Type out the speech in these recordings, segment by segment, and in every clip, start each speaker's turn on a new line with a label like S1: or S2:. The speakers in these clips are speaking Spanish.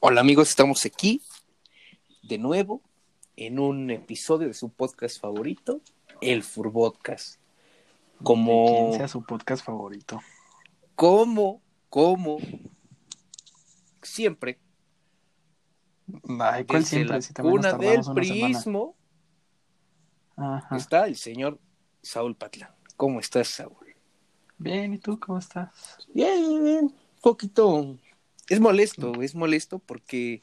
S1: Hola amigos, estamos aquí de nuevo en un episodio de su podcast favorito, el Furbodcast.
S2: De
S1: Como,
S2: quien sea su podcast favorito.
S1: como, como siempre,
S2: Ay, ¿cuál
S1: desde
S2: siempre?
S1: la
S2: Si también
S1: cuna
S2: nos
S1: del
S2: tardamos una semana.
S1: prismo
S2: Ajá.
S1: está el señor Saúl Patlán. ¿Cómo estás, Saúl?
S2: Bien, ¿y tú cómo estás?
S1: Bien, bien, un poquito. Es molesto, es molesto porque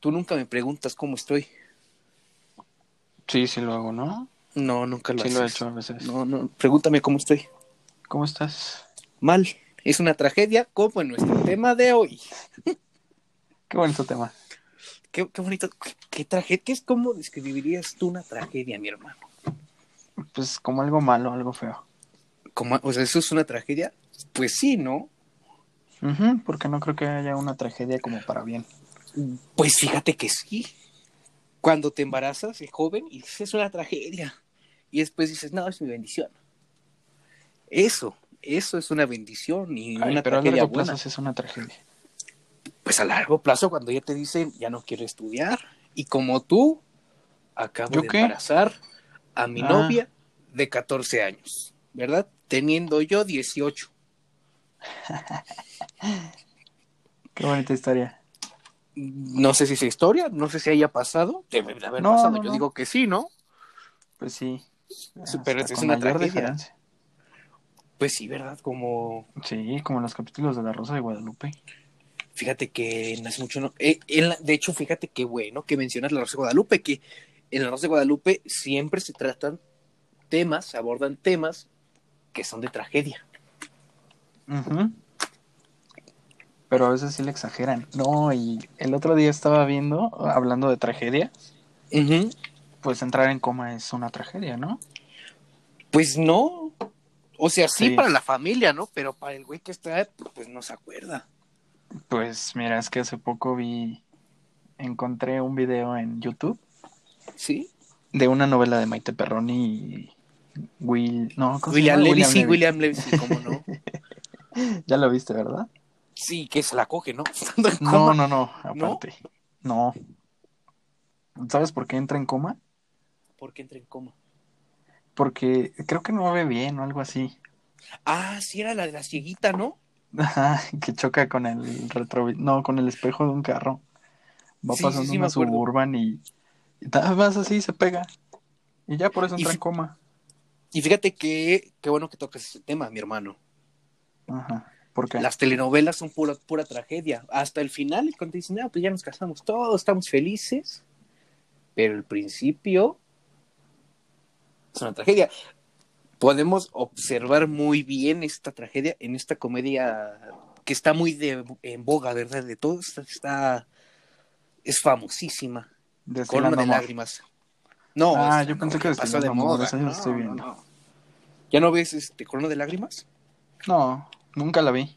S1: tú nunca me preguntas cómo estoy.
S2: Sí, sí lo hago, ¿no?
S1: No, nunca lo
S2: sí
S1: haces.
S2: Ah, lo he hecho a veces.
S1: No, no, pregúntame cómo estoy.
S2: ¿Cómo estás?
S1: mal. Es una tragedia como en nuestro tema de hoy.
S2: Qué bonito tema.
S1: Qué, qué bonito. Qué, qué tragedia. ¿Qué es cómo describirías tú una tragedia, mi hermano?
S2: Pues como algo malo, algo feo.
S1: ¿Cómo- o sea, ¿eso es una tragedia? Pues sí, ¿no?
S2: Ujú, porque no creo que haya una tragedia como para bien.
S1: Pues fíjate que sí. Cuando te embarazas, es joven, y dices, es una tragedia. Y después dices, no, es mi bendición. Eso, eso es una bendición y
S2: Ay,
S1: una
S2: pero a
S1: tragedia
S2: largo
S1: buena.
S2: plazo sí es una tragedia.
S1: Pues a largo plazo, cuando ya te dicen, ya no quiero estudiar, y como tú, acabo
S2: ¿Yo
S1: de
S2: qué?
S1: embarazar a mi
S2: Ah.
S1: novia de 14 años, ¿verdad? Teniendo yo 18.
S2: Qué bonita historia.
S1: No sé si es historia, no sé si haya pasado, debe de haber
S2: No,
S1: pasado,
S2: no,
S1: yo
S2: no.
S1: digo que sí, ¿no?
S2: Pues sí.
S1: Sí, pero
S2: Hasta
S1: es
S2: con
S1: una
S2: mayor
S1: tragedia.
S2: diferencia.
S1: Pues sí, ¿verdad? Como,
S2: Sí, como en los capítulos de La Rosa de Guadalupe.
S1: fíjate que no hace mucho, no- eh, en la- de hecho, fíjate que bueno que mencionas la Rosa de Guadalupe, que en la Rosa de Guadalupe siempre se tratan temas, se abordan temas que son de tragedia.
S2: Ujú. Pero a veces sí le exageran. No, y el otro día estaba viendo, hablando de tragedia,
S1: Ujú.
S2: pues entrar en coma es una tragedia, ¿no?
S1: Pues no. O sea, sí,
S2: Sí.
S1: para la familia, ¿no? Pero para el güey que está, pues no se acuerda.
S2: Pues mira, es que hace poco vi, encontré un video en YouTube
S1: ¿Sí?
S2: de una novela de Maite Perroni y Will, no, ¿cómo se
S1: William
S2: llama?
S1: Levy, sí,
S2: Levy.
S1: William Levy, sí, cómo no.
S2: Ya lo viste, ¿verdad?
S1: Sí, que se la coge, ¿no? Estando en
S2: No,
S1: coma.
S2: no, no, aparte. No. ¿Sabes por qué entra en coma?
S1: ¿Por qué entra en coma?
S2: Porque creo que no ve bien o algo así.
S1: Ah, sí, era la de la cieguita, ¿no?
S2: Ajá, que choca con el retrovi- no, con el espejo de un carro. Va
S1: Sí, sí,
S2: pasando
S1: sí, me
S2: una
S1: acuerdo.
S2: suburban y, y nada más así se pega. Y ya por eso
S1: Y
S2: entra
S1: fi-
S2: en coma.
S1: Y fíjate que, qué bueno que tocas ese tema, mi hermano.
S2: Ajá. ¿Por qué?
S1: Las telenovelas son pura, pura tragedia. Hasta el final, cuando dicen, ah, pues ya nos casamos todos, estamos felices. Pero el principio es una tragedia. Podemos observar muy bien esta tragedia en esta comedia que está muy de, en boga, ¿verdad? De todos, está, está- es famosísima. Colma
S2: Destilando
S1: de
S2: amor.
S1: lágrimas. No,
S2: Ah,
S1: esa
S2: yo
S1: no,
S2: pensé que
S1: ya pasó
S2: Destilando
S1: de
S2: Amor,
S1: moda.
S2: esa yo la
S1: No,
S2: estoy
S1: no,
S2: viendo.
S1: no. ¿Ya no ves este Colma de lágrimas?
S2: No, nunca la vi.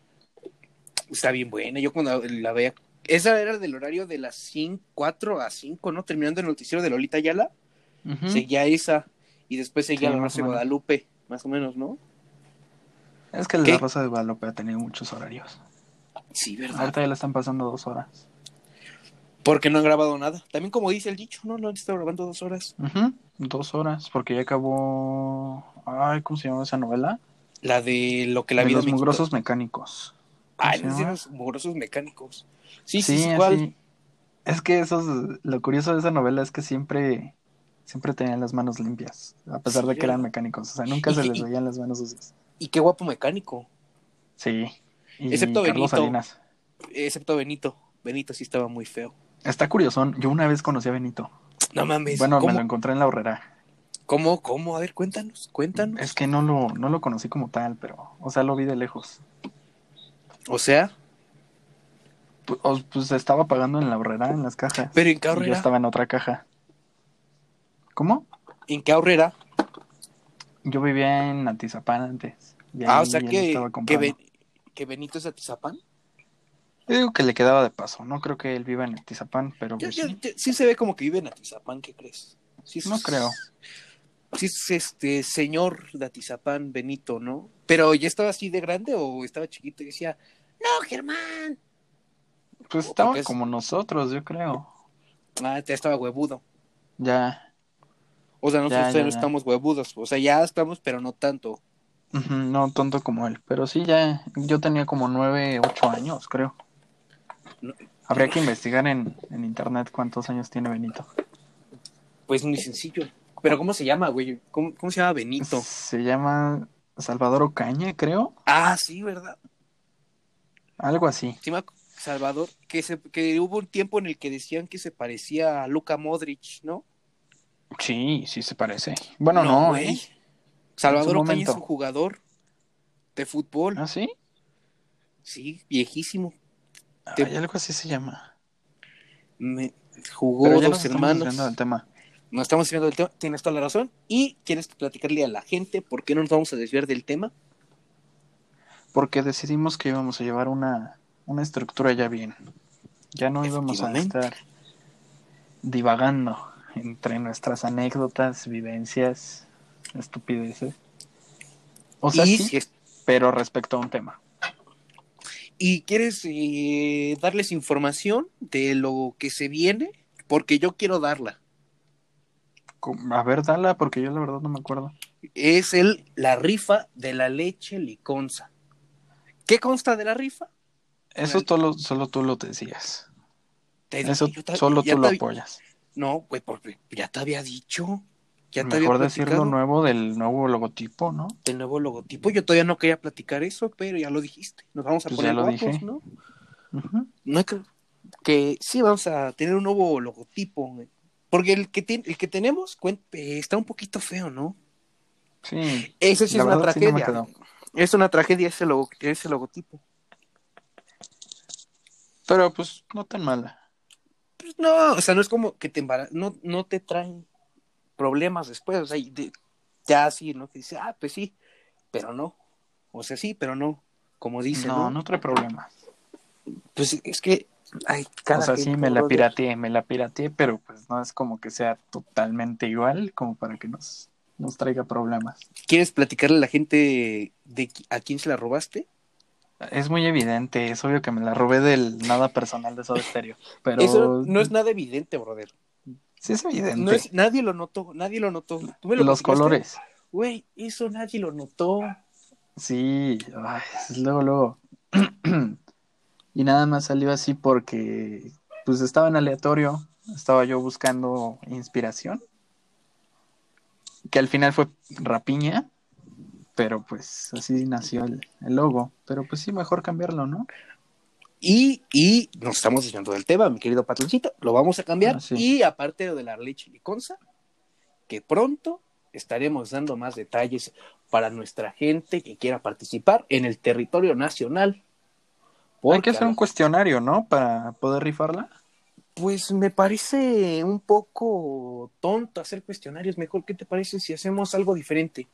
S1: Está bien buena. Yo cuando la veía, esa era del horario de las 5, 4 a 5, ¿no? Terminando el noticiero de Lolita Ayala,
S2: Ujú.
S1: seguía esa y después seguía
S2: Sí,
S1: la
S2: más
S1: Rosa de
S2: o menos.
S1: Guadalupe, más o menos, ¿no?
S2: Es que La
S1: ¿Qué?
S2: Rosa de Guadalupe ha tenido muchos horarios.
S1: Sí, ¿verdad?
S2: Ahorita ya la están pasando dos horas.
S1: Porque no han grabado nada. También como dice el dicho, no, no han estado grabando dos horas.
S2: Ujú, Dos horas, porque ya acabó. Ay, ¿cómo se llama esa novela?
S1: La de lo que la
S2: de
S1: vida
S2: los
S1: me quitó.
S2: mugrosos mecánicos. ¿Cómo
S1: Ah,
S2: se
S1: es de
S2: llama?
S1: los mugrosos mecánicos. Sí, sí,
S2: Sí,
S1: sí, ¿cuál?
S2: así. Es que eso es- lo curioso de esa novela es que siempre, siempre tenían las manos limpias, a pesar
S1: Sí,
S2: de que eran
S1: ¿verdad?
S2: mecánicos. O sea, nunca
S1: Y,
S2: se
S1: qué-
S2: les
S1: y,
S2: veían las manos sucias.
S1: y qué guapo mecánico.
S2: Sí. Y
S1: Excepto
S2: Carlos
S1: Benito,
S2: Salinas.
S1: excepto Benito. Benito sí estaba muy feo.
S2: Está curiosón. Yo una vez conocí a Benito.
S1: No mames,
S2: Bueno, me lo
S1: Pues, ¿cómo?
S2: encontré en la horrera.
S1: ¿Cómo? ¿Cómo? A ver, cuéntanos,
S2: Es
S1: cuéntanos.
S2: que no lo, no lo conocí como tal, pero, o sea, lo vi de lejos.
S1: O sea,
S2: Pu- o- Pues, estaba pagando en la horrera, en las cajas.
S1: pero ¿en qué
S2: Y yo
S1: horrera?
S2: estaba en otra caja. ¿Cómo?
S1: ¿En qué horrera?
S2: Yo vivía en Atizapán antes y
S1: Ah, o sea
S2: ahí él
S1: que,
S2: estaba
S1: que,
S2: comprando.
S1: Ben- que Benito es de Atizapán.
S2: Yo digo que le quedaba de paso, no creo que él viva en Atizapán, pero
S1: Yo,
S2: pues
S1: yo-
S2: sí,
S1: yo- sí se ve como que vive en Atizapán, ¿qué crees? Sí, es-
S2: no creo.
S1: sí es este señor de Atizapán, Benito, ¿no? Pero ya estaba así de grande o estaba chiquito y decía, no, Germán.
S2: Pues
S1: O-
S2: estaba
S1: porque es-
S2: como nosotros, yo creo.
S1: Ah, te estaba huevudo.
S2: Ya.
S1: O sea, nosotros
S2: Ya,
S1: todavía
S2: ya,
S1: no
S2: ya.
S1: estamos huevudos. O sea, ya estamos, pero no tanto.
S2: Ujú, No tonto como él. Pero sí, ya. Yo tenía como nueve, ocho años, creo.
S1: No.
S2: Habría que investigar en, en internet cuántos años tiene Benito.
S1: Pues muy sencillo. Pero ¿cómo se llama, güey? ¿Cómo, cómo se llama Benito?
S2: Se llama Salvador Ocaña, creo.
S1: Ah, sí, ¿verdad?
S2: Algo así.
S1: Sí, me ac- Salvador, que, se, que hubo un tiempo en el que decían que se parecía a Luka Modric, ¿no?
S2: Sí, sí se parece. Bueno, no,
S1: güey.
S2: ¿eh? En
S1: Salvador
S2: su
S1: Ocaña es
S2: momento.
S1: un jugador de fútbol.
S2: ¿Ah, sí?
S1: Sí, viejísimo. Te-
S2: Ay, algo así se llama.
S1: Me- jugó
S2: Pero ya nos
S1: dos
S2: estamos
S1: hermanos.
S2: desviando del tema.
S1: Nos estamos viendo del tema. Tienes toda la razón. Y tienes que platicarle a la gente por qué no nos vamos a desviar del tema.
S2: Porque decidimos que íbamos a llevar una, una estructura ya bien. Ya no íbamos a
S1: Efectivamente.
S2: estar divagando entre nuestras anécdotas, vivencias, estupideces. O sea,
S1: y,
S2: sí,
S1: si es-
S2: pero respecto a un tema.
S1: y quieres eh, darles información de lo que se viene, porque yo quiero darla.
S2: Com- A ver, dala, porque yo la verdad no me acuerdo.
S1: Es el, la rifa de la leche liconza. ¿Qué consta de la rifa?
S2: Eso
S1: Bueno.
S2: solo, solo tú lo decías.
S1: Te dije,
S2: Eso
S1: yo te-
S2: solo
S1: ya
S2: tú
S1: te
S2: lo
S1: hab-
S2: apoyas.
S1: No, güey, porque ya te había dicho. Ya te
S2: Mejor
S1: había
S2: decir
S1: platicado
S2: lo nuevo del nuevo logotipo, ¿no?
S1: del nuevo logotipo. Yo todavía no quería platicar eso, pero ya lo dijiste. Nos vamos a
S2: Pues
S1: poner
S2: ya lo
S1: guapos,
S2: dije.
S1: ¿no?
S2: Ujú.
S1: No creo que sí vamos a tener un nuevo logotipo, güey. porque el que tiene, el que tenemos cuen- eh, está un poquito feo, ¿no?
S2: Sí,
S1: Eso Pues sí
S2: la
S1: es una
S2: verdad sí no me
S1: tragedia.
S2: quedó.
S1: es una tragedia ese logo- ese logotipo.
S2: Pero pues no tan mala.
S1: Pues no, o sea, no es como que te embara- no, no te traen problemas después, o sea, y de- ya sí, ¿no? Que dice, ah, pues sí, pero no. O sea, sí, pero no. Como dice,
S2: no,
S1: ¿no?
S2: no trae problema.
S1: Pues es que hay cada
S2: o sea, sí,
S1: gente,
S2: me la
S1: brother.
S2: pirateé, me la pirateé, pero pues no es como que sea totalmente igual, como para que nos, nos traiga problemas.
S1: ¿Quieres platicarle a la gente de qui- a quién se la robaste?
S2: Es muy evidente, es obvio que me la robé del nada personal de Soda Stereo, pero
S1: Eso no es nada evidente, brother.
S2: sí es evidente.
S1: No es, nadie lo notó, nadie lo notó. ¿Tú me lo
S2: Los
S1: platicaste?
S2: colores,
S1: Güey, eso nadie lo notó.
S2: sí, ay, es luego, luego. y nada más salió así porque pues estaba en aleatorio, estaba yo buscando inspiración, que al final fue rapiña, pero pues así nació el, el logo, pero pues sí, mejor cambiarlo, ¿no?
S1: Y, y nos estamos desviando del tema, mi querido patroncito. Lo vamos a cambiar.
S2: Ah, sí.
S1: Y aparte de la leche liconza, que pronto estaremos dando más detalles para nuestra gente que quiera participar en el territorio nacional.
S2: Hay que
S1: Porque,
S2: hacer un cuestionario, ¿no? Para poder rifarla.
S1: pues me parece un poco tonto hacer cuestionarios. Mejor, ¿qué te parece si hacemos algo diferente?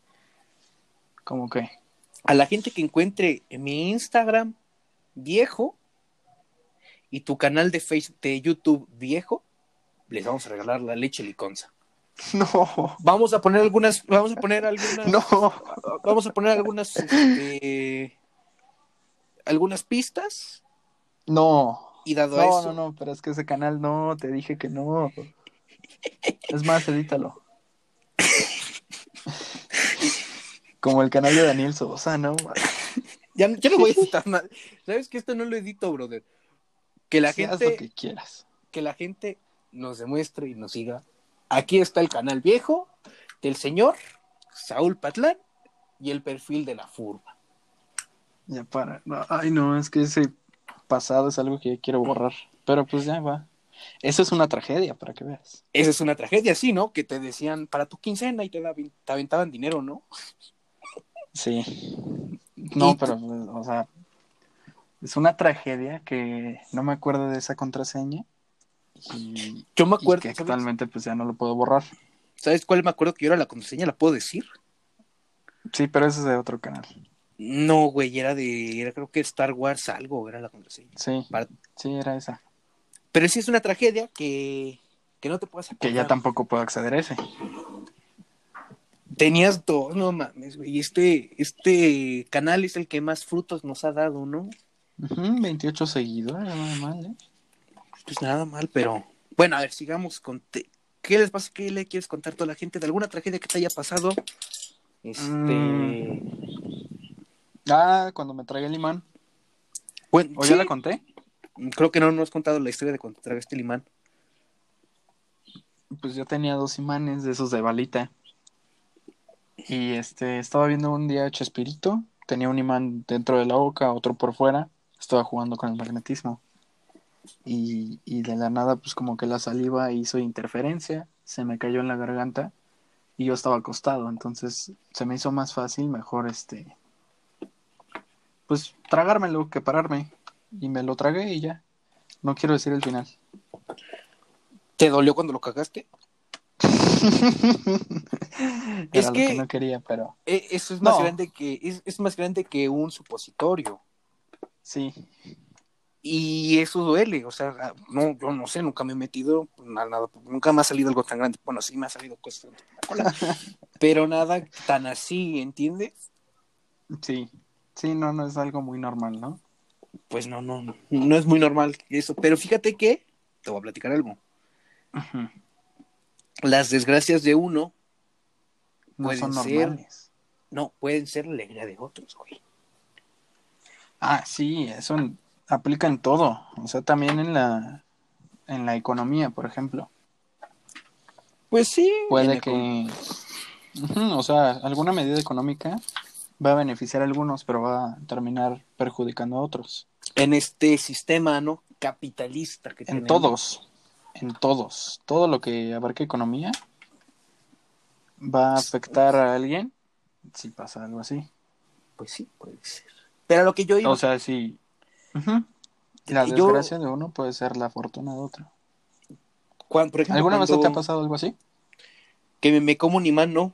S2: Como que
S1: a la gente que encuentre en mi Instagram viejo y tu canal de Facebook, de YouTube viejo, les vamos a regalar la leche liconza.
S2: no,
S1: Vamos a poner algunas, vamos a poner algunas,
S2: no.
S1: vamos a poner algunas, este, algunas pistas
S2: No.
S1: y dado a
S2: No,
S1: eso,
S2: no, no, pero es que ese canal no, te dije que no. Es más, edítalo. Como el canal de Daniel Sosa, ¿no?
S1: ya, ya no voy a editar nada. Sabes que esto no lo edito, brother. Que la
S2: Sí, haz
S1: gente,
S2: lo que quieras.
S1: que la gente nos demuestre y nos diga, aquí está el canal viejo del señor Saúl Patlán y el perfil de la furba.
S2: Ya para. No, ay, no, es que ese pasado es algo que ya quiero borrar. Pero pues ya va. Eso es una tragedia, para que veas.
S1: Esa es una tragedia, sí, ¿no? Que te decían para tu quincena y te, daban- te aventaban dinero, ¿no?
S2: Sí.
S1: Y-
S2: No, pero, pues, o sea, es una tragedia que no me acuerdo de esa contraseña. Y,
S1: Yo me
S2: y
S1: acuerdo,
S2: que
S1: ¿sabes?
S2: actualmente pues ya no lo puedo borrar.
S1: ¿sabes cuál me acuerdo que yo era la contraseña? ¿La puedo decir?
S2: Sí, pero eso es de otro canal.
S1: No, güey, era de, era creo que Star Wars algo, era la contraseña.
S2: Sí,
S1: Para-
S2: sí, era esa.
S1: Pero sí es una tragedia que, que no te puedes acordar.
S2: Que ya tampoco puedo acceder a ese.
S1: Tenías dos, no mames, güey. y Este, este canal es el que más frutos nos ha dado, ¿no?
S2: Ujú, 28 seguidores, nada mal, ¿eh?
S1: Pues nada mal, pero. Bueno, a ver, sigamos con. te- ¿Qué les pasa? ¿Qué le quieres contar a toda la gente de alguna tragedia que te haya pasado? Este.
S2: Mm. Ah, cuando me tragué el imán.
S1: Bueno,
S2: ¿O
S1: sí,
S2: ya la conté?
S1: creo que no nos has contado la historia de cuando te tragaste el imán.
S2: Pues yo tenía dos imanes de esos de balita. Y este, estaba viendo un día Chespirito. Tenía un imán dentro de la boca, otro por fuera. Estaba jugando con el magnetismo. Y, y de la nada, pues como que la saliva hizo interferencia. Se me cayó en la garganta. Y yo estaba acostado. Entonces se me hizo más fácil, mejor este. Pues tragármelo que pararme. Y me lo tragué y ya. No quiero decir el final.
S1: ¿Te dolió cuando lo cagaste?
S2: Era
S1: Es
S2: lo
S1: que-
S2: que no quería, pero.
S1: Eh, eso es más
S2: No.
S1: grande que. Es, es más grande que un supositorio.
S2: Sí,
S1: Y eso duele, o sea, ah, no, yo no sé, nunca me he metido, na- nada, nunca me ha salido algo tan grande. Bueno, sí me ha salido cosas grandes por la cola, pero nada tan así, ¿entiendes?
S2: sí. Sí, no, no es algo muy normal, ¿no?
S1: Pues no, no, no es muy normal eso. Pero fíjate que, te voy a platicar algo, las desgracias de uno
S2: No son
S1: Pueden ser.
S2: normales.
S1: no pueden ser la alegría de otros, güey.
S2: Ah, sí, eso en- aplica en todo. O sea, también en la, en la economía, por ejemplo.
S1: Pues sí, en
S2: Puede
S1: el-
S2: que. Ujú, O sea, alguna medida económica va a beneficiar a algunos, pero va a terminar perjudicando a otros.
S1: en este sistema, ¿no? Capitalista que
S2: En
S1: tenemos.
S2: todos. En todos. Todo lo que abarca economía va a afectar a alguien si pasa algo así.
S1: Pues sí, puede ser. Pero a lo que yo iba,
S2: O sea, sí. Ujú. La
S1: Yo-
S2: desgracia de uno puede ser la fortuna de otro.
S1: cuan- por ejemplo,
S2: ¿Alguna vez te ha
S1: cuando-
S2: pasado algo así?
S1: que me, me como un imán, no.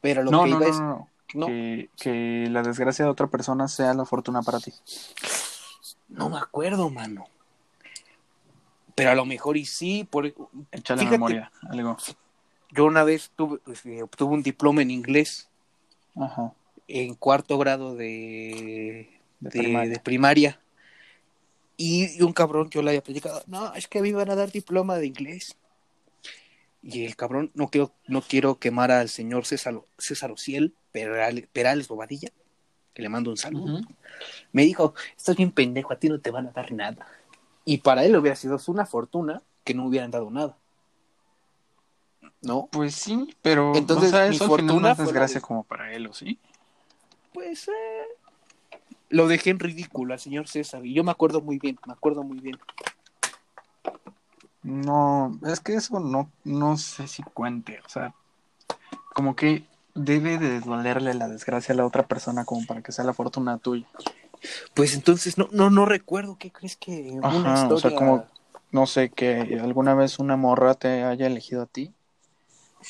S1: Pero a lo
S2: No,
S1: que
S2: no,
S1: iba
S2: no,
S1: es.
S2: no, no.
S1: No,
S2: Que, que la desgracia de otra persona sea la fortuna para ti.
S1: no me acuerdo, mano. Pero a lo mejor y sí, por,
S2: Échale
S1: Fíjate.
S2: memoria, algo.
S1: yo una vez tuve, eh, obtuve un diploma en inglés
S2: Ajá.
S1: en cuarto grado de,
S2: De
S1: de-
S2: primaria.
S1: de primaria. Y un cabrón, yo le había predicado, no, es que me iban a dar diploma de inglés. Y el cabrón, no quiero, no quiero quemar al señor César, César Ociel, Peral- Perales Bobadilla, que le mando un saludo.
S2: Ujú.
S1: Me dijo, estás bien pendejo, a ti no te van a dar nada. Y para él hubiera sido una fortuna que no hubieran dado nada. ¿No?
S2: Pues sí, pero
S1: Entonces,
S2: o sea,
S1: mi
S2: eso al final no
S1: fortuna
S2: es
S1: fue la
S2: desgracia
S1: de-
S2: como para él, ¿o sí?
S1: Pues eh, lo dejé en ridículo al señor César. Y yo me acuerdo muy bien, me acuerdo muy bien.
S2: No, es que eso no, no sé si cuente. O sea, como que debe de dolerle la desgracia a la otra persona como para que sea la fortuna tuya.
S1: Pues entonces, no, no, no recuerdo qué crees que una
S2: Ajá,
S1: historia.
S2: o sea, como- No sé, que alguna vez una morra te haya elegido a ti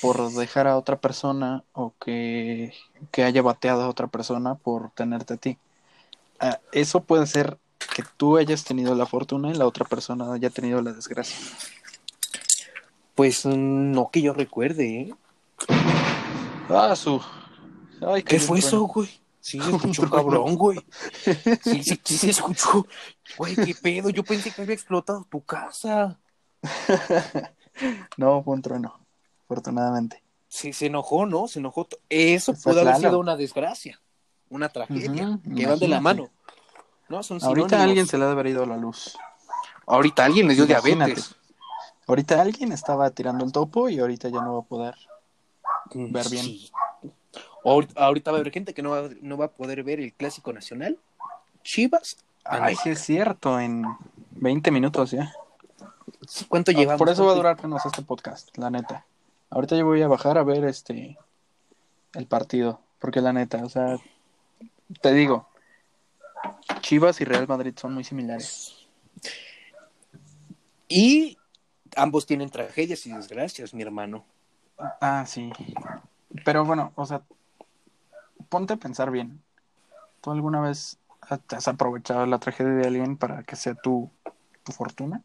S2: por dejar a otra persona o que, que haya bateado a otra persona por tenerte a ti. Ah, eso puede ser que tú hayas tenido la fortuna y la otra persona haya tenido la desgracia.
S1: Pues mm, no que yo recuerde, ¿eh?
S2: Ah, su. Ay,
S1: ¿Qué
S2: cayó
S1: fue
S2: un
S1: eso,
S2: trueno.
S1: güey? Sí, se
S2: Un
S1: escuchó,
S2: trueno.
S1: cabrón, güey. Sí, sí, sí, se escuchó. Güey, qué pedo. Yo pensé que había explotado tu casa.
S2: No, fue un trueno, afortunadamente.
S1: Sí, se enojó, ¿no? Se enojó. to- Eso
S2: Está
S1: pudo haber
S2: Pues, claro.
S1: sido una desgracia, una tragedia,
S2: Ujú,
S1: que van de la
S2: imagínate.
S1: mano. ¿No? Son
S2: Ahorita a alguien
S1: sinónimos.
S2: se le ha de haber ido la luz.
S1: Ahorita alguien les dio
S2: Imagínate.
S1: diabetes.
S2: Ahorita alguien estaba tirando el topo y ahorita ya no va a poder. Ver bien.
S1: Sí. Ahor- Ahorita va a haber gente que no va, no va a poder ver el clásico nacional. Chivas.
S2: Ay, sí es cierto, en 20 minutos ya.
S1: ¿Cuánto llevamos?
S2: Ah, Por eso va a
S1: ¿Cuánto?
S2: durar menos este podcast, la neta. Ahorita yo voy a bajar a ver este el partido, porque la neta, o sea, te digo, Chivas y Real Madrid son muy similares.
S1: Y ambos tienen tragedias y desgracias, mi hermano.
S2: Ah, sí. Pero bueno, o sea, ponte a pensar bien. ¿Tú alguna vez te has aprovechado la tragedia de alguien para que sea tu, tu fortuna?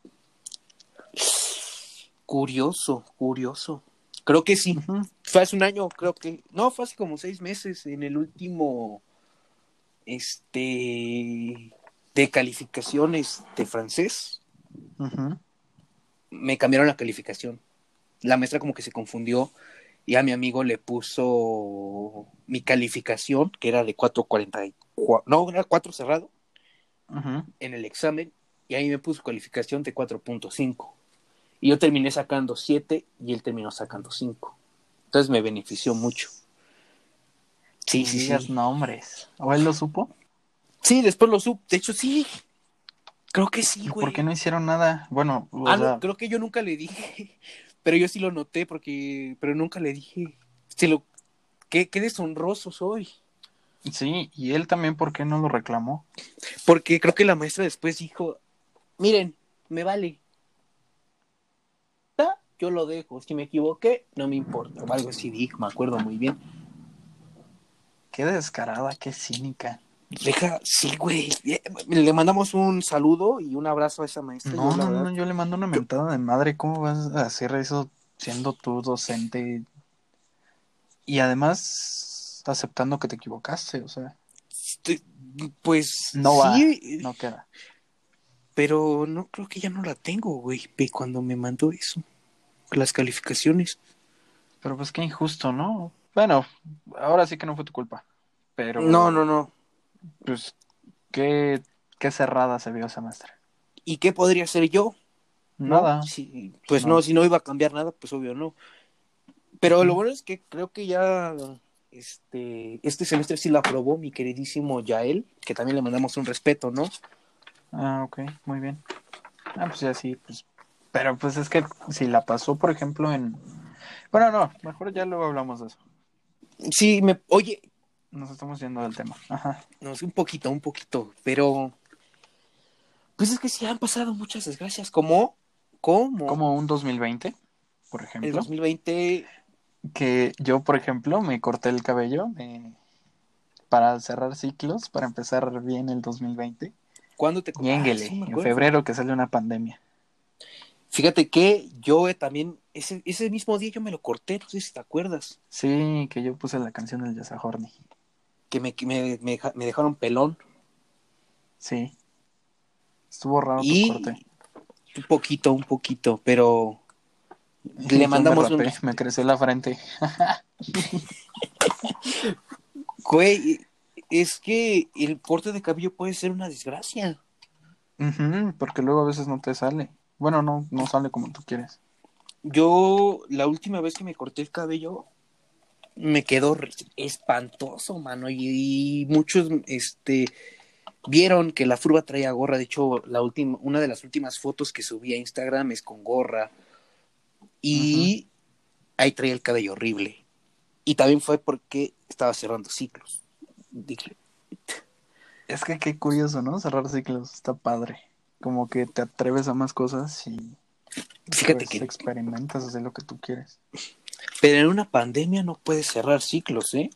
S1: Curioso, curioso. Creo que sí.
S2: Ujú.
S1: Fue hace un año, creo que. No, fue hace como seis meses en el último. Este. de calificaciones de francés,
S2: Ujú.
S1: me cambiaron la calificación. La maestra como que se confundió y a mi amigo le puso mi calificación, que era de 4.44, no, era 4 cerrado
S2: Ujú.
S1: en el examen y ahí me puso calificación de 4.5. Y yo terminé sacando 7 y él terminó sacando 5. Entonces me benefició mucho. Sí,
S2: Ni
S1: sí,
S2: digas
S1: sí.
S2: nombres. ¿O él lo supo?
S1: Sí, después lo supe. De hecho, sí. Creo que sí,
S2: ¿Y
S1: güey.
S2: por qué no hicieron nada? Bueno, o
S1: Ah,
S2: sea,
S1: no, creo que yo nunca le dije. Pero yo sí lo noté porque. Pero nunca le dije. Se lo. Qué, qué deshonroso soy.
S2: sí, y él también, ¿por qué no lo reclamó?
S1: Porque creo que la maestra después dijo: Miren, me vale. Ta, Yo lo dejo. Si me equivoqué, no me importa. O algo así dijo, me acuerdo muy bien.
S2: Qué descarada, qué cínica.
S1: Deja, sí, güey. Eh, Le mandamos un saludo y un abrazo a esa maestra.
S2: No,
S1: yo, la
S2: no,
S1: verdad,
S2: no, yo le mando una mentada de madre. ¿Cómo vas a hacer eso siendo tú docente? Y además aceptando que te equivocaste, o sea,
S1: este, Pues
S2: No va.
S1: sí,
S2: no queda.
S1: Pero no creo que ya no la tengo, güey, de cuando me mandó eso. Las calificaciones.
S2: Pero pues qué injusto, ¿no? Bueno, ahora sí que no fue tu culpa. Pero,
S1: No, no, no.
S2: pues, qué, qué cerrada se vio esa maestra.
S1: ¿Y qué podría hacer yo? ¿No?
S2: Nada.
S1: Sí, pues
S2: No.
S1: no, si no iba a cambiar nada, pues obvio no. Pero lo
S2: Ujú.
S1: bueno es que creo que ya este, este semestre sí la aprobó mi queridísimo Yael, que también le mandamos un respeto, ¿no?
S2: Ah, ok, muy bien. Ah, pues ya sí, pues. Pero pues es que si la pasó, por ejemplo, en. Bueno, no, mejor ya luego hablamos de eso.
S1: Sí, me, oye,
S2: Nos estamos yendo del tema. Ajá.
S1: no sé, un poquito, un poquito, pero pues es que sí han pasado muchas desgracias, como, como,
S2: Como un 2020, por
S1: el
S2: ejemplo.
S1: 2020,
S2: Que yo, por ejemplo, me corté el cabello me- para cerrar ciclos, para empezar bien el 2020.
S1: ¿cuándo te... Ah,
S2: Ñénguele,
S1: sí, me
S2: en
S1: acuerdo.
S2: febrero que sale una pandemia.
S1: Fíjate que yo eh, también, ese, ese mismo día yo me lo corté, no sé si te acuerdas,
S2: Sí, que yo puse la canción del Yasahorni.
S1: que me, que me, me deja- me dejaron pelón
S2: Sí, estuvo raro tu corte.
S1: y un poquito, un poquito, pero le
S2: Yo me
S1: mandamos un...
S2: rapé, me creció la frente.
S1: Güey, es que el corte de cabello puede ser una desgracia.
S2: Ujú, porque luego a veces no te sale. Bueno, no, no sale como tú quieres.
S1: Yo la última vez que me corté el cabello me quedó re- espantoso, mano, y, y muchos, este... Vieron que la furba traía gorra, de hecho, la última, una de las últimas fotos que subí a Instagram es con gorra, y ahí traía el cabello horrible. Y también fue porque estaba cerrando ciclos. Dije,
S2: Es que qué curioso, ¿no? Cerrar ciclos está padre. Como que te atreves a más cosas y
S1: fíjate
S2: pues
S1: que,
S2: experimentas hacer lo que tú quieres.
S1: pero en una pandemia no puedes cerrar ciclos, ¿eh?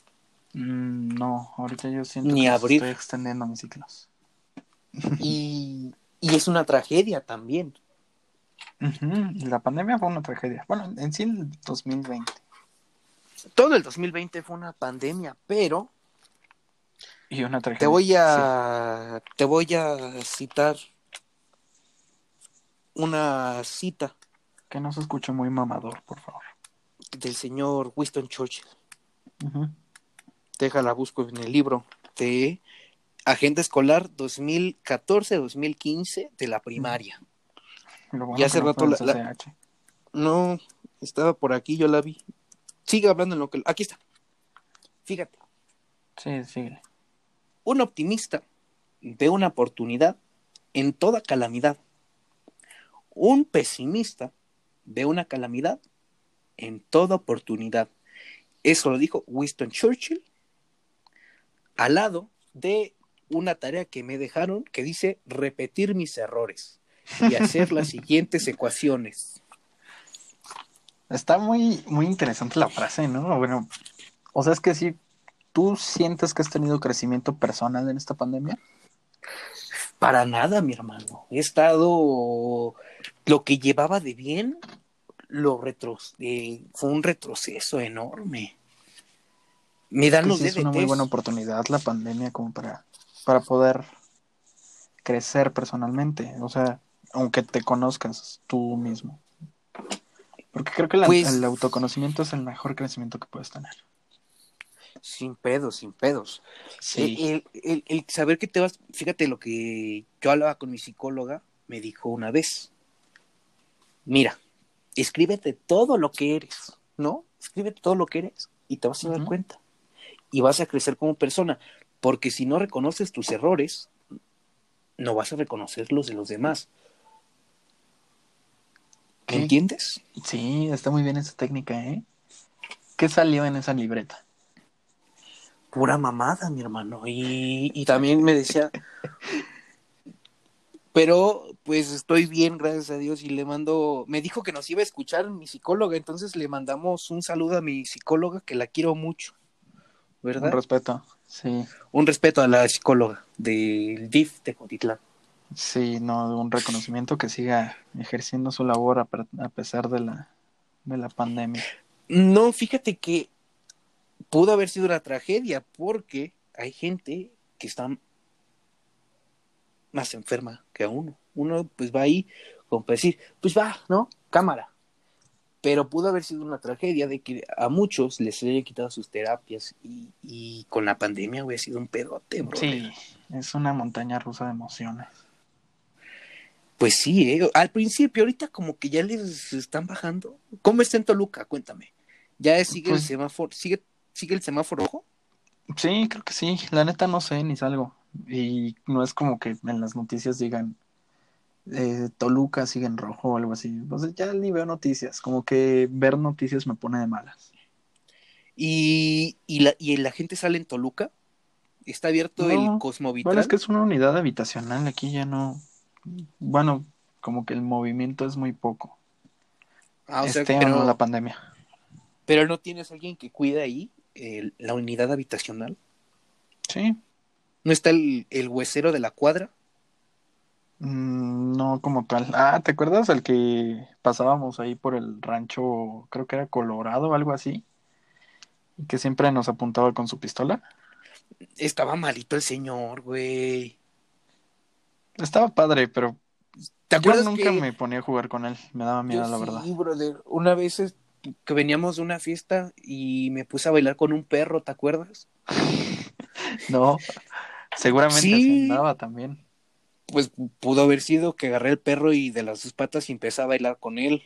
S2: Mm, no, ahorita yo siento
S1: Ni
S2: que
S1: abrir.
S2: estoy extendiendo mis ciclos.
S1: Y, y es una tragedia también.
S2: Ujú, y La pandemia fue una tragedia. Bueno, en sí el 2020.
S1: Todo el 2020 fue una pandemia, pero
S2: Y una tragedia.
S1: te voy a, te voy a citar una cita
S2: sí. Que no se escuche muy mamador, por favor.
S1: del señor Winston Churchill.
S2: Ujú.
S1: Déjala, busco en el libro de Agenda Escolar 2014-2015 de la primaria.
S2: Lo bueno
S1: Ya
S2: que
S1: hace
S2: no
S1: rato
S2: fue el
S1: la, la-
S2: CCH.
S1: No, estaba por aquí, yo la vi. Sigue hablando en lo que... Aquí está. Fíjate,
S2: Sí, síguele.
S1: un optimista ve una oportunidad en toda calamidad. Un pesimista ve una calamidad en toda oportunidad. Eso lo dijo Winston Churchill al lado de una tarea que me dejaron que dice repetir mis errores y hacer las siguientes ecuaciones.
S2: Está muy, muy interesante la frase, ¿no? Bueno, o sea, es que si tú sientes que has tenido crecimiento personal en esta pandemia,
S1: Para nada, mi hermano. He estado lo que llevaba de bien, lo retro... eh, fue un retroceso enorme. Me
S2: es
S1: dan
S2: que
S1: los
S2: sí es una muy buena
S1: DDTs.
S2: oportunidad la pandemia como para, para poder crecer personalmente, o sea, aunque te conozcas tú mismo. Porque creo que la-
S1: Pues-
S2: el autoconocimiento es el mejor crecimiento que puedes tener.
S1: Sin pedos, sin pedos.
S2: Sí.
S1: El, el- el saber que te vas, fíjate lo que yo hablaba con mi psicóloga, me dijo una vez, mira, escríbete todo lo que eres, ¿no? Escríbete todo lo que eres y te vas a dar
S2: Ujú.
S1: cuenta. Y vas a crecer como persona, porque si no reconoces tus errores, no vas a reconocer los de los demás. ¿Me
S2: Ok.
S1: entiendes?
S2: Sí, está muy bien esa técnica, ¿eh? ¿Qué salió en esa libreta?
S1: pura mamada, mi hermano. Y, y también me decía, pero pues estoy bien, gracias a Dios, y le mando, me dijo que nos iba a escuchar mi psicóloga, entonces le mandamos un saludo a mi psicóloga, que la quiero mucho, ¿verdad?
S2: Un respeto. Sí,
S1: Un respeto a la psicóloga del DIF de Cotitlán.
S2: sí, no, un reconocimiento que siga ejerciendo su labor a, per- a pesar de la, de la pandemia.
S1: No, fíjate que pudo haber sido una tragedia, porque hay gente que está más enferma que uno. Uno pues va ahí como para decir, pues va, ¿no? Cámara. Pero pudo haber sido una tragedia de que a muchos les hayan quitado sus terapias y, y con la pandemia hubiera sido un pedote, bro.
S2: Sí, es una montaña rusa de emociones.
S1: Pues sí, ¿eh? al principio, ahorita como que ya les están bajando. ¿Cómo está en Toluca? Cuéntame. ¿Ya sigue
S2: Pues-
S1: el semáforo? ¿Sigue, sigue el semáforo rojo?
S2: Sí, creo que sí. La neta no sé ni salgo. Y no es como que en las noticias digan eh, Toluca sigue en rojo o algo así. O sea, ya ni veo noticias. Como que ver noticias me pone de malas.
S1: ¿Y, y, la, y la gente sale en Toluca? ¿Está abierto
S2: No.
S1: el Cosmovitral?
S2: Bueno, es que es una unidad habitacional. Aquí ya no. Bueno, como que el movimiento es muy poco.
S1: Ah, o sea,
S2: Este o
S1: pero-
S2: no la pandemia.
S1: Pero no tienes alguien que cuide ahí el- la unidad habitacional.
S2: Sí.
S1: No está el, el huesero de la cuadra.
S2: Mm, no como tal. Ah, ¿te acuerdas el que pasábamos ahí por el rancho? Creo que era Colorado o algo así. Y que siempre nos apuntaba con su pistola.
S1: Estaba malito el señor, güey.
S2: Estaba padre, pero
S1: ¿Te
S2: yo
S1: acuerdas
S2: nunca
S1: que
S2: me ponía a jugar con él. Me daba miedo,
S1: yo
S2: la
S1: sí,
S2: verdad.
S1: brother? Una vez es- que veníamos de una fiesta y me puse a bailar con un perro, ¿te acuerdas?
S2: No, seguramente
S1: Sí.
S2: así andaba también.
S1: Pues pudo haber sido que agarré el perro y de las dos patas y empecé a bailar con él.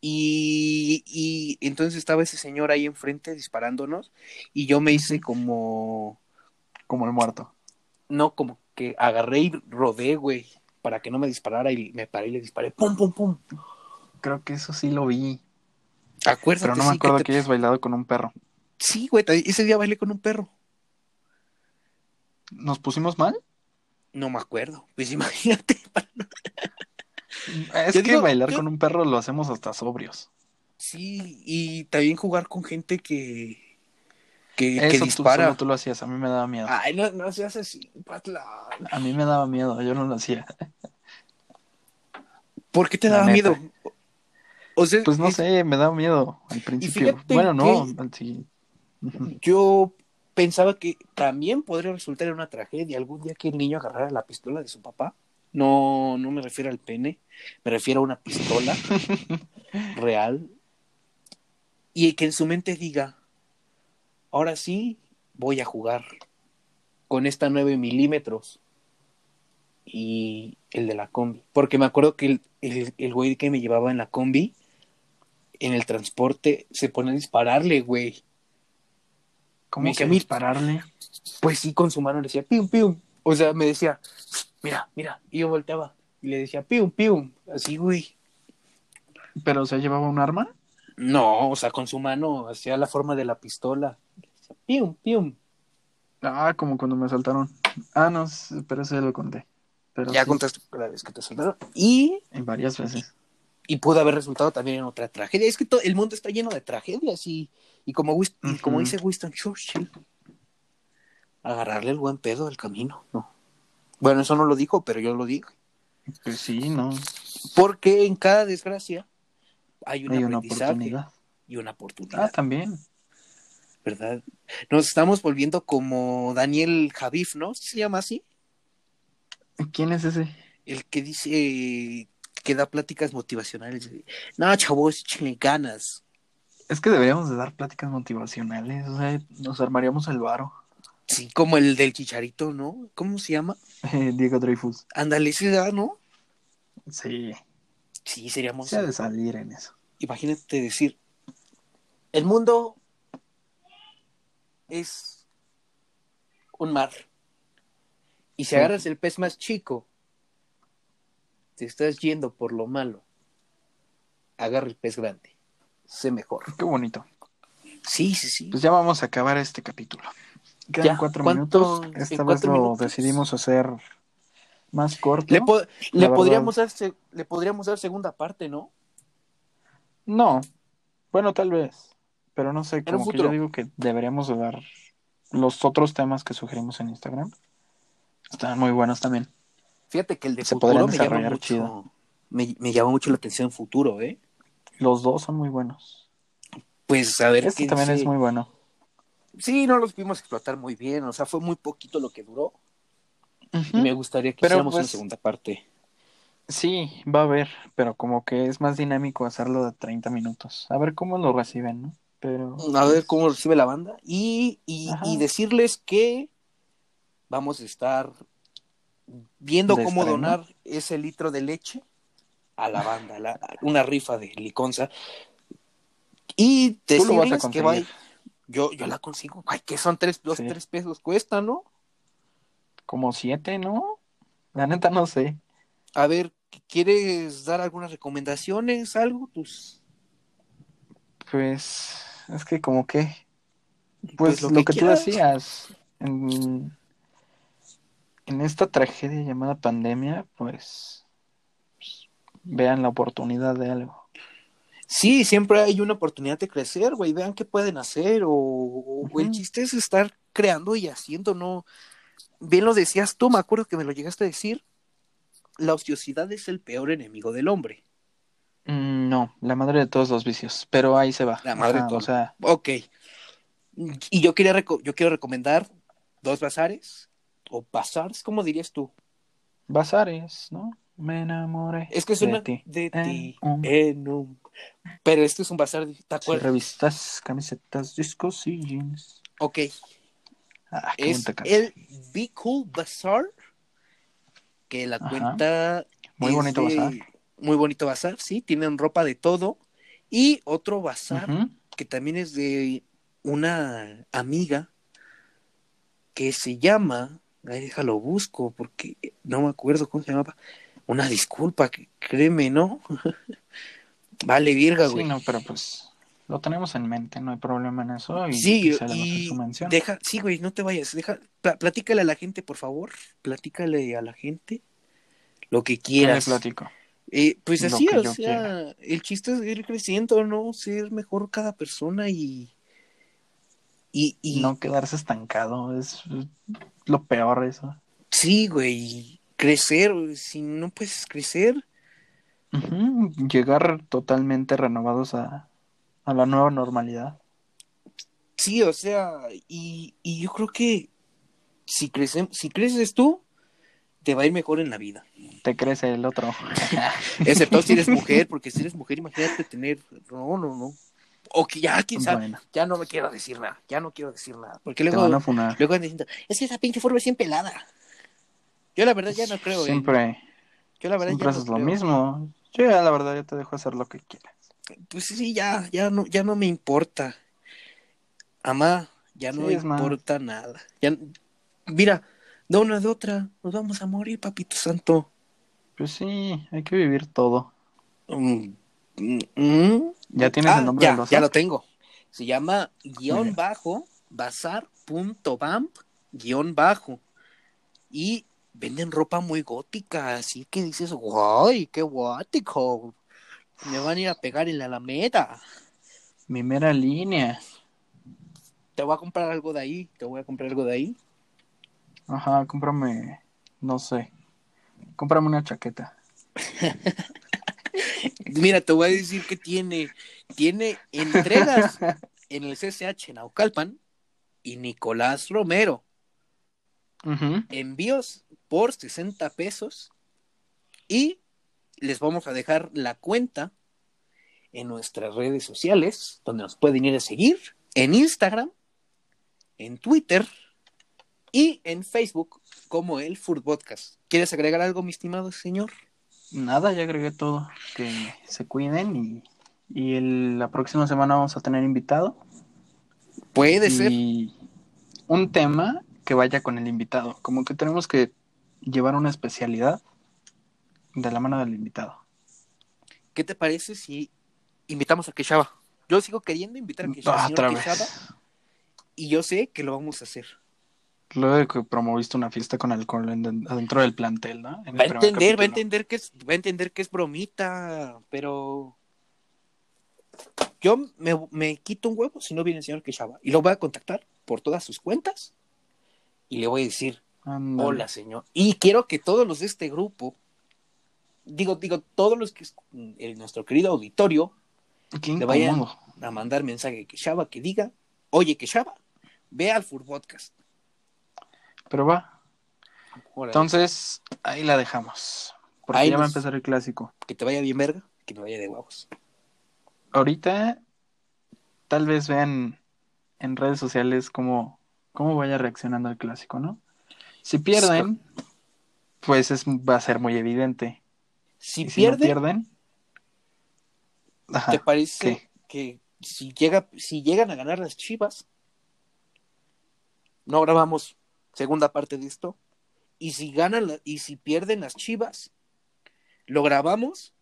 S1: Y, y entonces estaba ese señor ahí enfrente disparándonos y yo me hice como
S2: Como el muerto.
S1: No, como que agarré y rodé, güey, para que no me disparara y me paré y le disparé. ¡Pum, pum, pum!
S2: Creo que eso sí lo vi.
S1: Acuérdate,
S2: Pero no me
S1: sí,
S2: acuerdo
S1: que
S2: que,
S1: te-
S2: hayas bailado con un perro.
S1: Sí, güey, te- ese día bailé con un perro.
S2: ¿Nos pusimos mal?
S1: No me acuerdo. Pues imagínate.
S2: Es
S1: Mm, Yo
S2: que
S1: digo-
S2: bailar
S1: yo-
S2: con un perro lo hacemos hasta sobrios.
S1: Sí, y también jugar con gente que. que, que
S2: Eso tú,
S1: dispara. Ah.
S2: solo tú lo hacías. A mí me daba miedo.
S1: Ay, no, no seas así, Patlán.
S2: A mí me daba miedo. Yo no lo hacía.
S1: ¿Por qué te
S2: La
S1: daba
S2: neta.
S1: miedo? O sea,
S2: Pues no
S1: es-
S2: sé, me daba miedo al principio.
S1: fíjate
S2: Bueno, no.
S1: que-
S2: al- sí. Ujú.
S1: yo pensaba que también podría resultar en una tragedia algún día que el niño agarrara la pistola de su papá. No, no me refiero al pene, me refiero a una pistola real. Y que en su mente diga, ahora sí voy a jugar con esta 9 milímetros y el de la combi. Porque me acuerdo que el, el, el güey que me llevaba en la combi, en el transporte, se pone a dispararle, güey.
S2: ¿Cómo
S1: Me
S2: que
S1: llamé-
S2: dispararle?
S1: pues sí, con su mano le decía, pium, pium. O sea, me decía, mira, mira. Y yo volteaba y le decía, pium, pium. Así, güey.
S2: ¿Pero se llevaba un arma?
S1: No, o sea, con su mano hacía la forma de la pistola. Le decía, pium, pium.
S2: Ah, como cuando me asaltaron. Ah, no, s- pero eso ya lo conté. Pero
S1: ya
S2: sí,
S1: contaste la vez que te soltaron. Y,
S2: en varias veces.
S1: y pudo haber resultado también en otra tragedia. Es que to- el mundo está lleno de tragedias y, y como, Wis- y como
S2: Ujú.
S1: dice Winston Churchill, agarrarle el buen pedo del camino, ¿no? Bueno, eso no lo dijo, pero yo lo dije.
S2: Pues sí, no,
S1: Porque en cada desgracia hay un
S2: hay una
S1: aprendizaje
S2: oportunidad.
S1: y una oportunidad.
S2: Ah, también.
S1: ¿verdad? Nos estamos volviendo como Daniel Javif, ¿no? ¿Se llama así?
S2: ¿Quién es ese?
S1: El que dice eh, que da pláticas motivacionales. No, chavos, échenle ganas.
S2: Es que deberíamos de dar pláticas motivacionales, o sea, nos armaríamos el varo.
S1: Sí, como el del chicharito, ¿no? ¿Cómo se llama?
S2: Eh, Diego Dreyfus.
S1: Ándale, ese da, ¿no?
S2: Sí,
S1: Sí, seríamos.
S2: se ha de salir en eso.
S1: Imagínate decir: el mundo es un mar. Y si
S2: Sí.
S1: agarras el pez más chico, te estás yendo por lo malo. Agarra el pez grande. Sé mejor.
S2: Pues Qué bonito.
S1: Sí, sí, sí.
S2: Pues ya vamos a acabar este capítulo. Quedan
S1: Ya,
S2: cuatro
S1: ¿cuántos-
S2: minutos.
S1: en
S2: Esta vez
S1: cuatro
S2: lo
S1: minutos?
S2: decidimos hacer más corto.
S1: Le, po- le
S2: verdad.
S1: podríamos dar se- le podríamos dar segunda parte, ¿no?
S2: No. Bueno, tal vez. Pero no sé,
S1: Pero
S2: como que
S1: futuro.
S2: yo digo que deberíamos de dar los otros temas que sugerimos en Instagram. Están muy buenos también.
S1: Fíjate que el de
S2: Se
S1: futuro
S2: podrían
S1: me llama
S2: desarrollar
S1: mucho.
S2: chido.
S1: Me, me llama mucho la atención futuro, ¿eh?
S2: Los dos son muy buenos.
S1: Pues a ver
S2: Este
S1: qué
S2: también
S1: dice.
S2: es muy bueno.
S1: Sí, no los pudimos explotar muy bien, o sea, fue muy poquito lo que duró.
S2: Ujú.
S1: Y me gustaría que
S2: Pero,
S1: hiciéramos una
S2: pues,
S1: segunda parte.
S2: Sí, va a haber, pero como que es más dinámico hacerlo de 30 minutos. A ver cómo lo reciben, ¿no? Pero
S1: A ver
S2: pues,
S1: cómo recibe la banda. Y, y,
S2: Ajá.
S1: y decirles que vamos a estar viendo
S2: De
S1: cómo
S2: estreno.
S1: donar ese litro de leche a la banda, la- una rifa de liconza. Y
S2: Tú lo vas a
S1: decirles que
S2: conseguir.
S1: vaya, yo, yo la consigo, ay, que son tres, dos,
S2: Sí.
S1: tres pesos cuesta, ¿no?
S2: como siete, ¿no? La neta no sé.
S1: A ver, ¿quieres dar algunas recomendaciones, algo? Pues,
S2: Pues es que como que, pues,
S1: Pues,
S2: lo,
S1: lo que
S2: que, tú
S1: quieras.
S2: hacías en, en esta tragedia llamada pandemia, pues, pues, vean la oportunidad de algo.
S1: sí, siempre hay una oportunidad de crecer, güey, vean qué pueden hacer, o, o- o el
S2: Ujú.
S1: chiste es estar creando y haciendo, ¿no? Bien lo decías tú, me acuerdo que me lo llegaste a decir, la ociosidad es el peor enemigo del hombre.
S2: Mm, No, la madre de todos los vicios, pero ahí se va.
S1: La madre de
S2: Ajá,
S1: todos.
S2: O sea,
S1: Ok. Y yo, quería reco- yo quiero recomendar dos bazares, o bazares, ¿cómo dirías tú?
S2: bazares, ¿no? Me enamoré
S1: Es que es
S2: de
S1: una
S2: ti. Eh,
S1: de
S2: en
S1: ti
S2: un-
S1: en un- Pero este es un bazar, de- ¿te
S2: Sí,
S1: acuerdas?
S2: revistas, camisetas, discos y jeans.
S1: ok,
S2: Ah, qué
S1: es
S2: bonita canción.
S1: el Be Cool Bazar, que la
S2: Ajá.
S1: cuenta...
S2: Muy
S1: es
S2: bonito
S1: de-
S2: bazar.
S1: Muy bonito bazar, sí, tienen ropa de todo. Y otro bazar
S2: Ujú.
S1: que también es de una amiga que se llama... Ay, déjalo, busco, porque no me acuerdo cómo se llamaba. Una disculpa, que- créeme, ¿no? vale, virga,
S2: Sí,
S1: güey.
S2: no, pero pues lo tenemos en mente, no hay problema en eso y,
S1: Sí,
S2: y se le va a hacer
S1: y
S2: su mención.
S1: deja, sí, güey, no te vayas, deja, pla- platícale a la gente, por favor, platícale a la gente lo que
S2: ¿Qué le
S1: quieras.
S2: platico?
S1: Eh, pues
S2: Lo
S1: así,
S2: que
S1: o
S2: yo
S1: sea,
S2: quiera.
S1: el chiste es ir creciendo, ¿no? Ser mejor cada persona y... Y, y
S2: No quedarse estancado es lo peor eso.
S1: sí, güey, crecer, si no puedes crecer,
S2: Ujú, Llegar totalmente renovados a, a la nueva normalidad.
S1: sí, o sea, y, y yo creo que si, crece, si creces tú, te va a ir mejor en la vida.
S2: Te crece el otro.
S1: Excepto si eres mujer, porque si eres mujer, imagínate tener. No, no, no. O que ya, quién sabe.
S2: bueno,
S1: Ya no me quiero decir nada. Ya no quiero decir nada. Porque
S2: te van a
S1: luego,
S2: funar.
S1: luego andan diciendo, es que esa pinche forma es bien pelada. Yo la verdad ya no creo. en-
S2: Siempre,
S1: Yo la verdad
S2: siempre
S1: ya no
S2: haces lo
S1: creo.
S2: mismo. Yo ya la verdad yo te dejo hacer lo que quieras.
S1: Pues sí, ya, ya no, ya no me importa. Amá, ya no
S2: Sí, es más.
S1: importa nada. Ya, mira, de una de otra, nos vamos a morir, papito santo.
S2: Pues sí, hay que vivir todo.
S1: Mm, mm, mm.
S2: ¿Ya tienes el
S1: Ah,
S2: nombre
S1: ya,
S2: del bazar?
S1: ya lo tengo. Se llama
S2: bien.
S1: guión bajo bazar.bamp guión bajo. Y venden ropa muy gótica, así que dices, guay, qué gótico. Me van a ir a pegar en la Alameda.
S2: Mi mera línea.
S1: Te voy a comprar algo de ahí, te voy a comprar algo de ahí.
S2: Ajá, cómprame, no sé, cómprame una chaqueta.
S1: Mira, te voy a decir que tiene, tiene entregas en el CCH en Naucalpan y Nicolás Romero.
S2: Ujú.
S1: envíos por 60 pesos y les vamos a dejar la cuenta en nuestras redes sociales, donde nos pueden ir a seguir, en Instagram, en Twitter y en Facebook como el Food Podcast. ¿Quieres agregar algo, mi estimado señor?
S2: Nada, ya agregué todo. Que se cuiden y, y el- la próxima semana vamos a tener invitado.
S1: Puede ser.
S2: y un tema que vaya con el invitado. Como que tenemos que llevar una especialidad de la mano del invitado.
S1: ¿Qué te parece si invitamos a Keshava? Yo sigo queriendo invitar a Keshava,
S2: Ah,
S1: señor
S2: Otra
S1: Keshava,
S2: vez.
S1: y yo sé que lo vamos a hacer.
S2: Luego de que promoviste una fiesta con alcohol en- adentro del plantel, ¿no? En el
S1: Va a
S2: primer
S1: entender, va a
S2: capítulo.
S1: entender que es, va a entender que es bromita, pero yo me, me quito un huevo si no viene el señor Keshava. Y lo voy a contactar por todas sus cuentas y le voy a decir,
S2: Ándale.
S1: hola señor. Y quiero que todos los de este grupo, digo, digo, todos los que es- en nuestro querido auditorio,
S2: Qué
S1: Le vayan-
S2: incómodo.
S1: a mandar mensaje a Keshava que diga, oye Keshava, ve al Fur Podcast.
S2: Pero va.
S1: Órale,
S2: Entonces, ahí la dejamos. Porque
S1: Ahí
S2: ya va a
S1: nos-
S2: empezar el clásico.
S1: que te vaya bien verga, que me vaya de huevos.
S2: Ahorita, tal vez vean en redes sociales cómo, cómo vaya reaccionando el clásico, ¿no? Si pierden, pues es, va a ser muy evidente.
S1: Si,
S2: Y si
S1: pierde,
S2: no pierden,
S1: ¿te
S2: ajá,
S1: parece
S2: ¿qué?
S1: que si, llega, si llegan a ganar las chivas, no grabamos segunda parte de esto? Y si ganan la- y si pierden las chivas, lo grabamos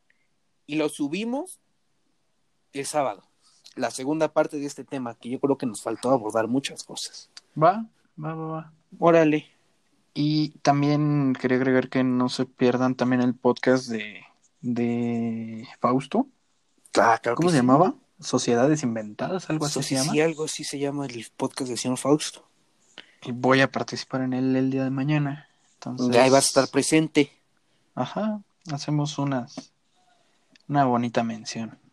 S1: y lo subimos el sábado. La segunda parte de este tema, que yo creo que nos faltó abordar muchas cosas.
S2: va, va, va, va.
S1: Órale.
S2: Y también quería agregar que no se pierdan también el podcast de, de Fausto.
S1: Ah, claro
S2: ¿Cómo
S1: que
S2: se
S1: sí.
S2: llamaba? Sociedades inventadas, algo así
S1: Sí,
S2: se llama.
S1: sí, algo así se llama el podcast del señor Fausto.
S2: Y voy a participar en él el día de mañana. Entonces,
S1: Ahí vas a estar presente.
S2: Ajá, hacemos unas una bonita mención. Un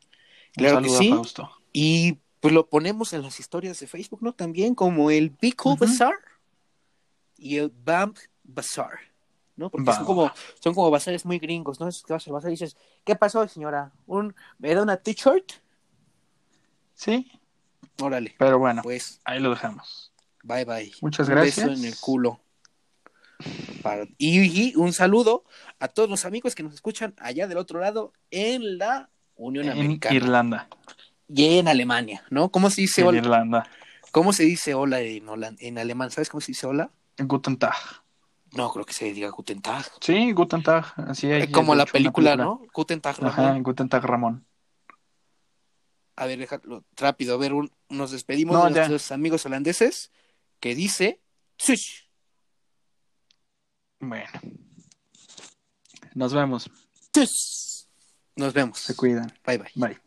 S1: Claro que
S2: saludo
S1: sí.
S2: a Fausto.
S1: Y pues lo ponemos en las historias de Facebook, ¿no? También como el Big Cool
S2: Ujú.
S1: Bazaar y el Bump Bazaar, ¿no? Porque
S2: Va,
S1: son
S2: va,
S1: como, son como bazares muy gringos, ¿no? Es que vas al bazar y dices, ¿qué pasó, señora? ¿Un, ¿Me da una t-shirt?
S2: Sí,
S1: Órale,
S2: pero bueno,
S1: pues,
S2: ahí lo dejamos.
S1: bye bye.
S2: Muchas
S1: un
S2: gracias.
S1: beso en el culo. Para- Y, y un saludo a todos los amigos que nos escuchan allá del otro lado en la Unión
S2: En
S1: Americana.
S2: Irlanda.
S1: Y en Alemania, ¿no? ¿Cómo se dice
S2: en
S1: hola?
S2: Irlanda.
S1: ¿Cómo se dice hola en, holan- en alemán? ¿Sabes cómo se dice hola?
S2: En Guten Tag.
S1: No, creo que se diga Guten Tag.
S2: Sí, Guten Tag. Así hay,
S1: Eh, Como
S2: de
S1: la
S2: hecho, una
S1: película, ¿no? Guten Tag.
S2: Ajá,
S1: Ramón.
S2: Guten Tag Ramón.
S1: A ver, déjalo rápido. A ver, un- nos despedimos
S2: No,
S1: de
S2: ya.
S1: nuestros amigos holandeses que dice "Tschüss".
S2: Bueno. Nos vemos.
S1: Tschüss. Nos vemos.
S2: Se cuidan.
S1: Bye bye.
S2: Bye.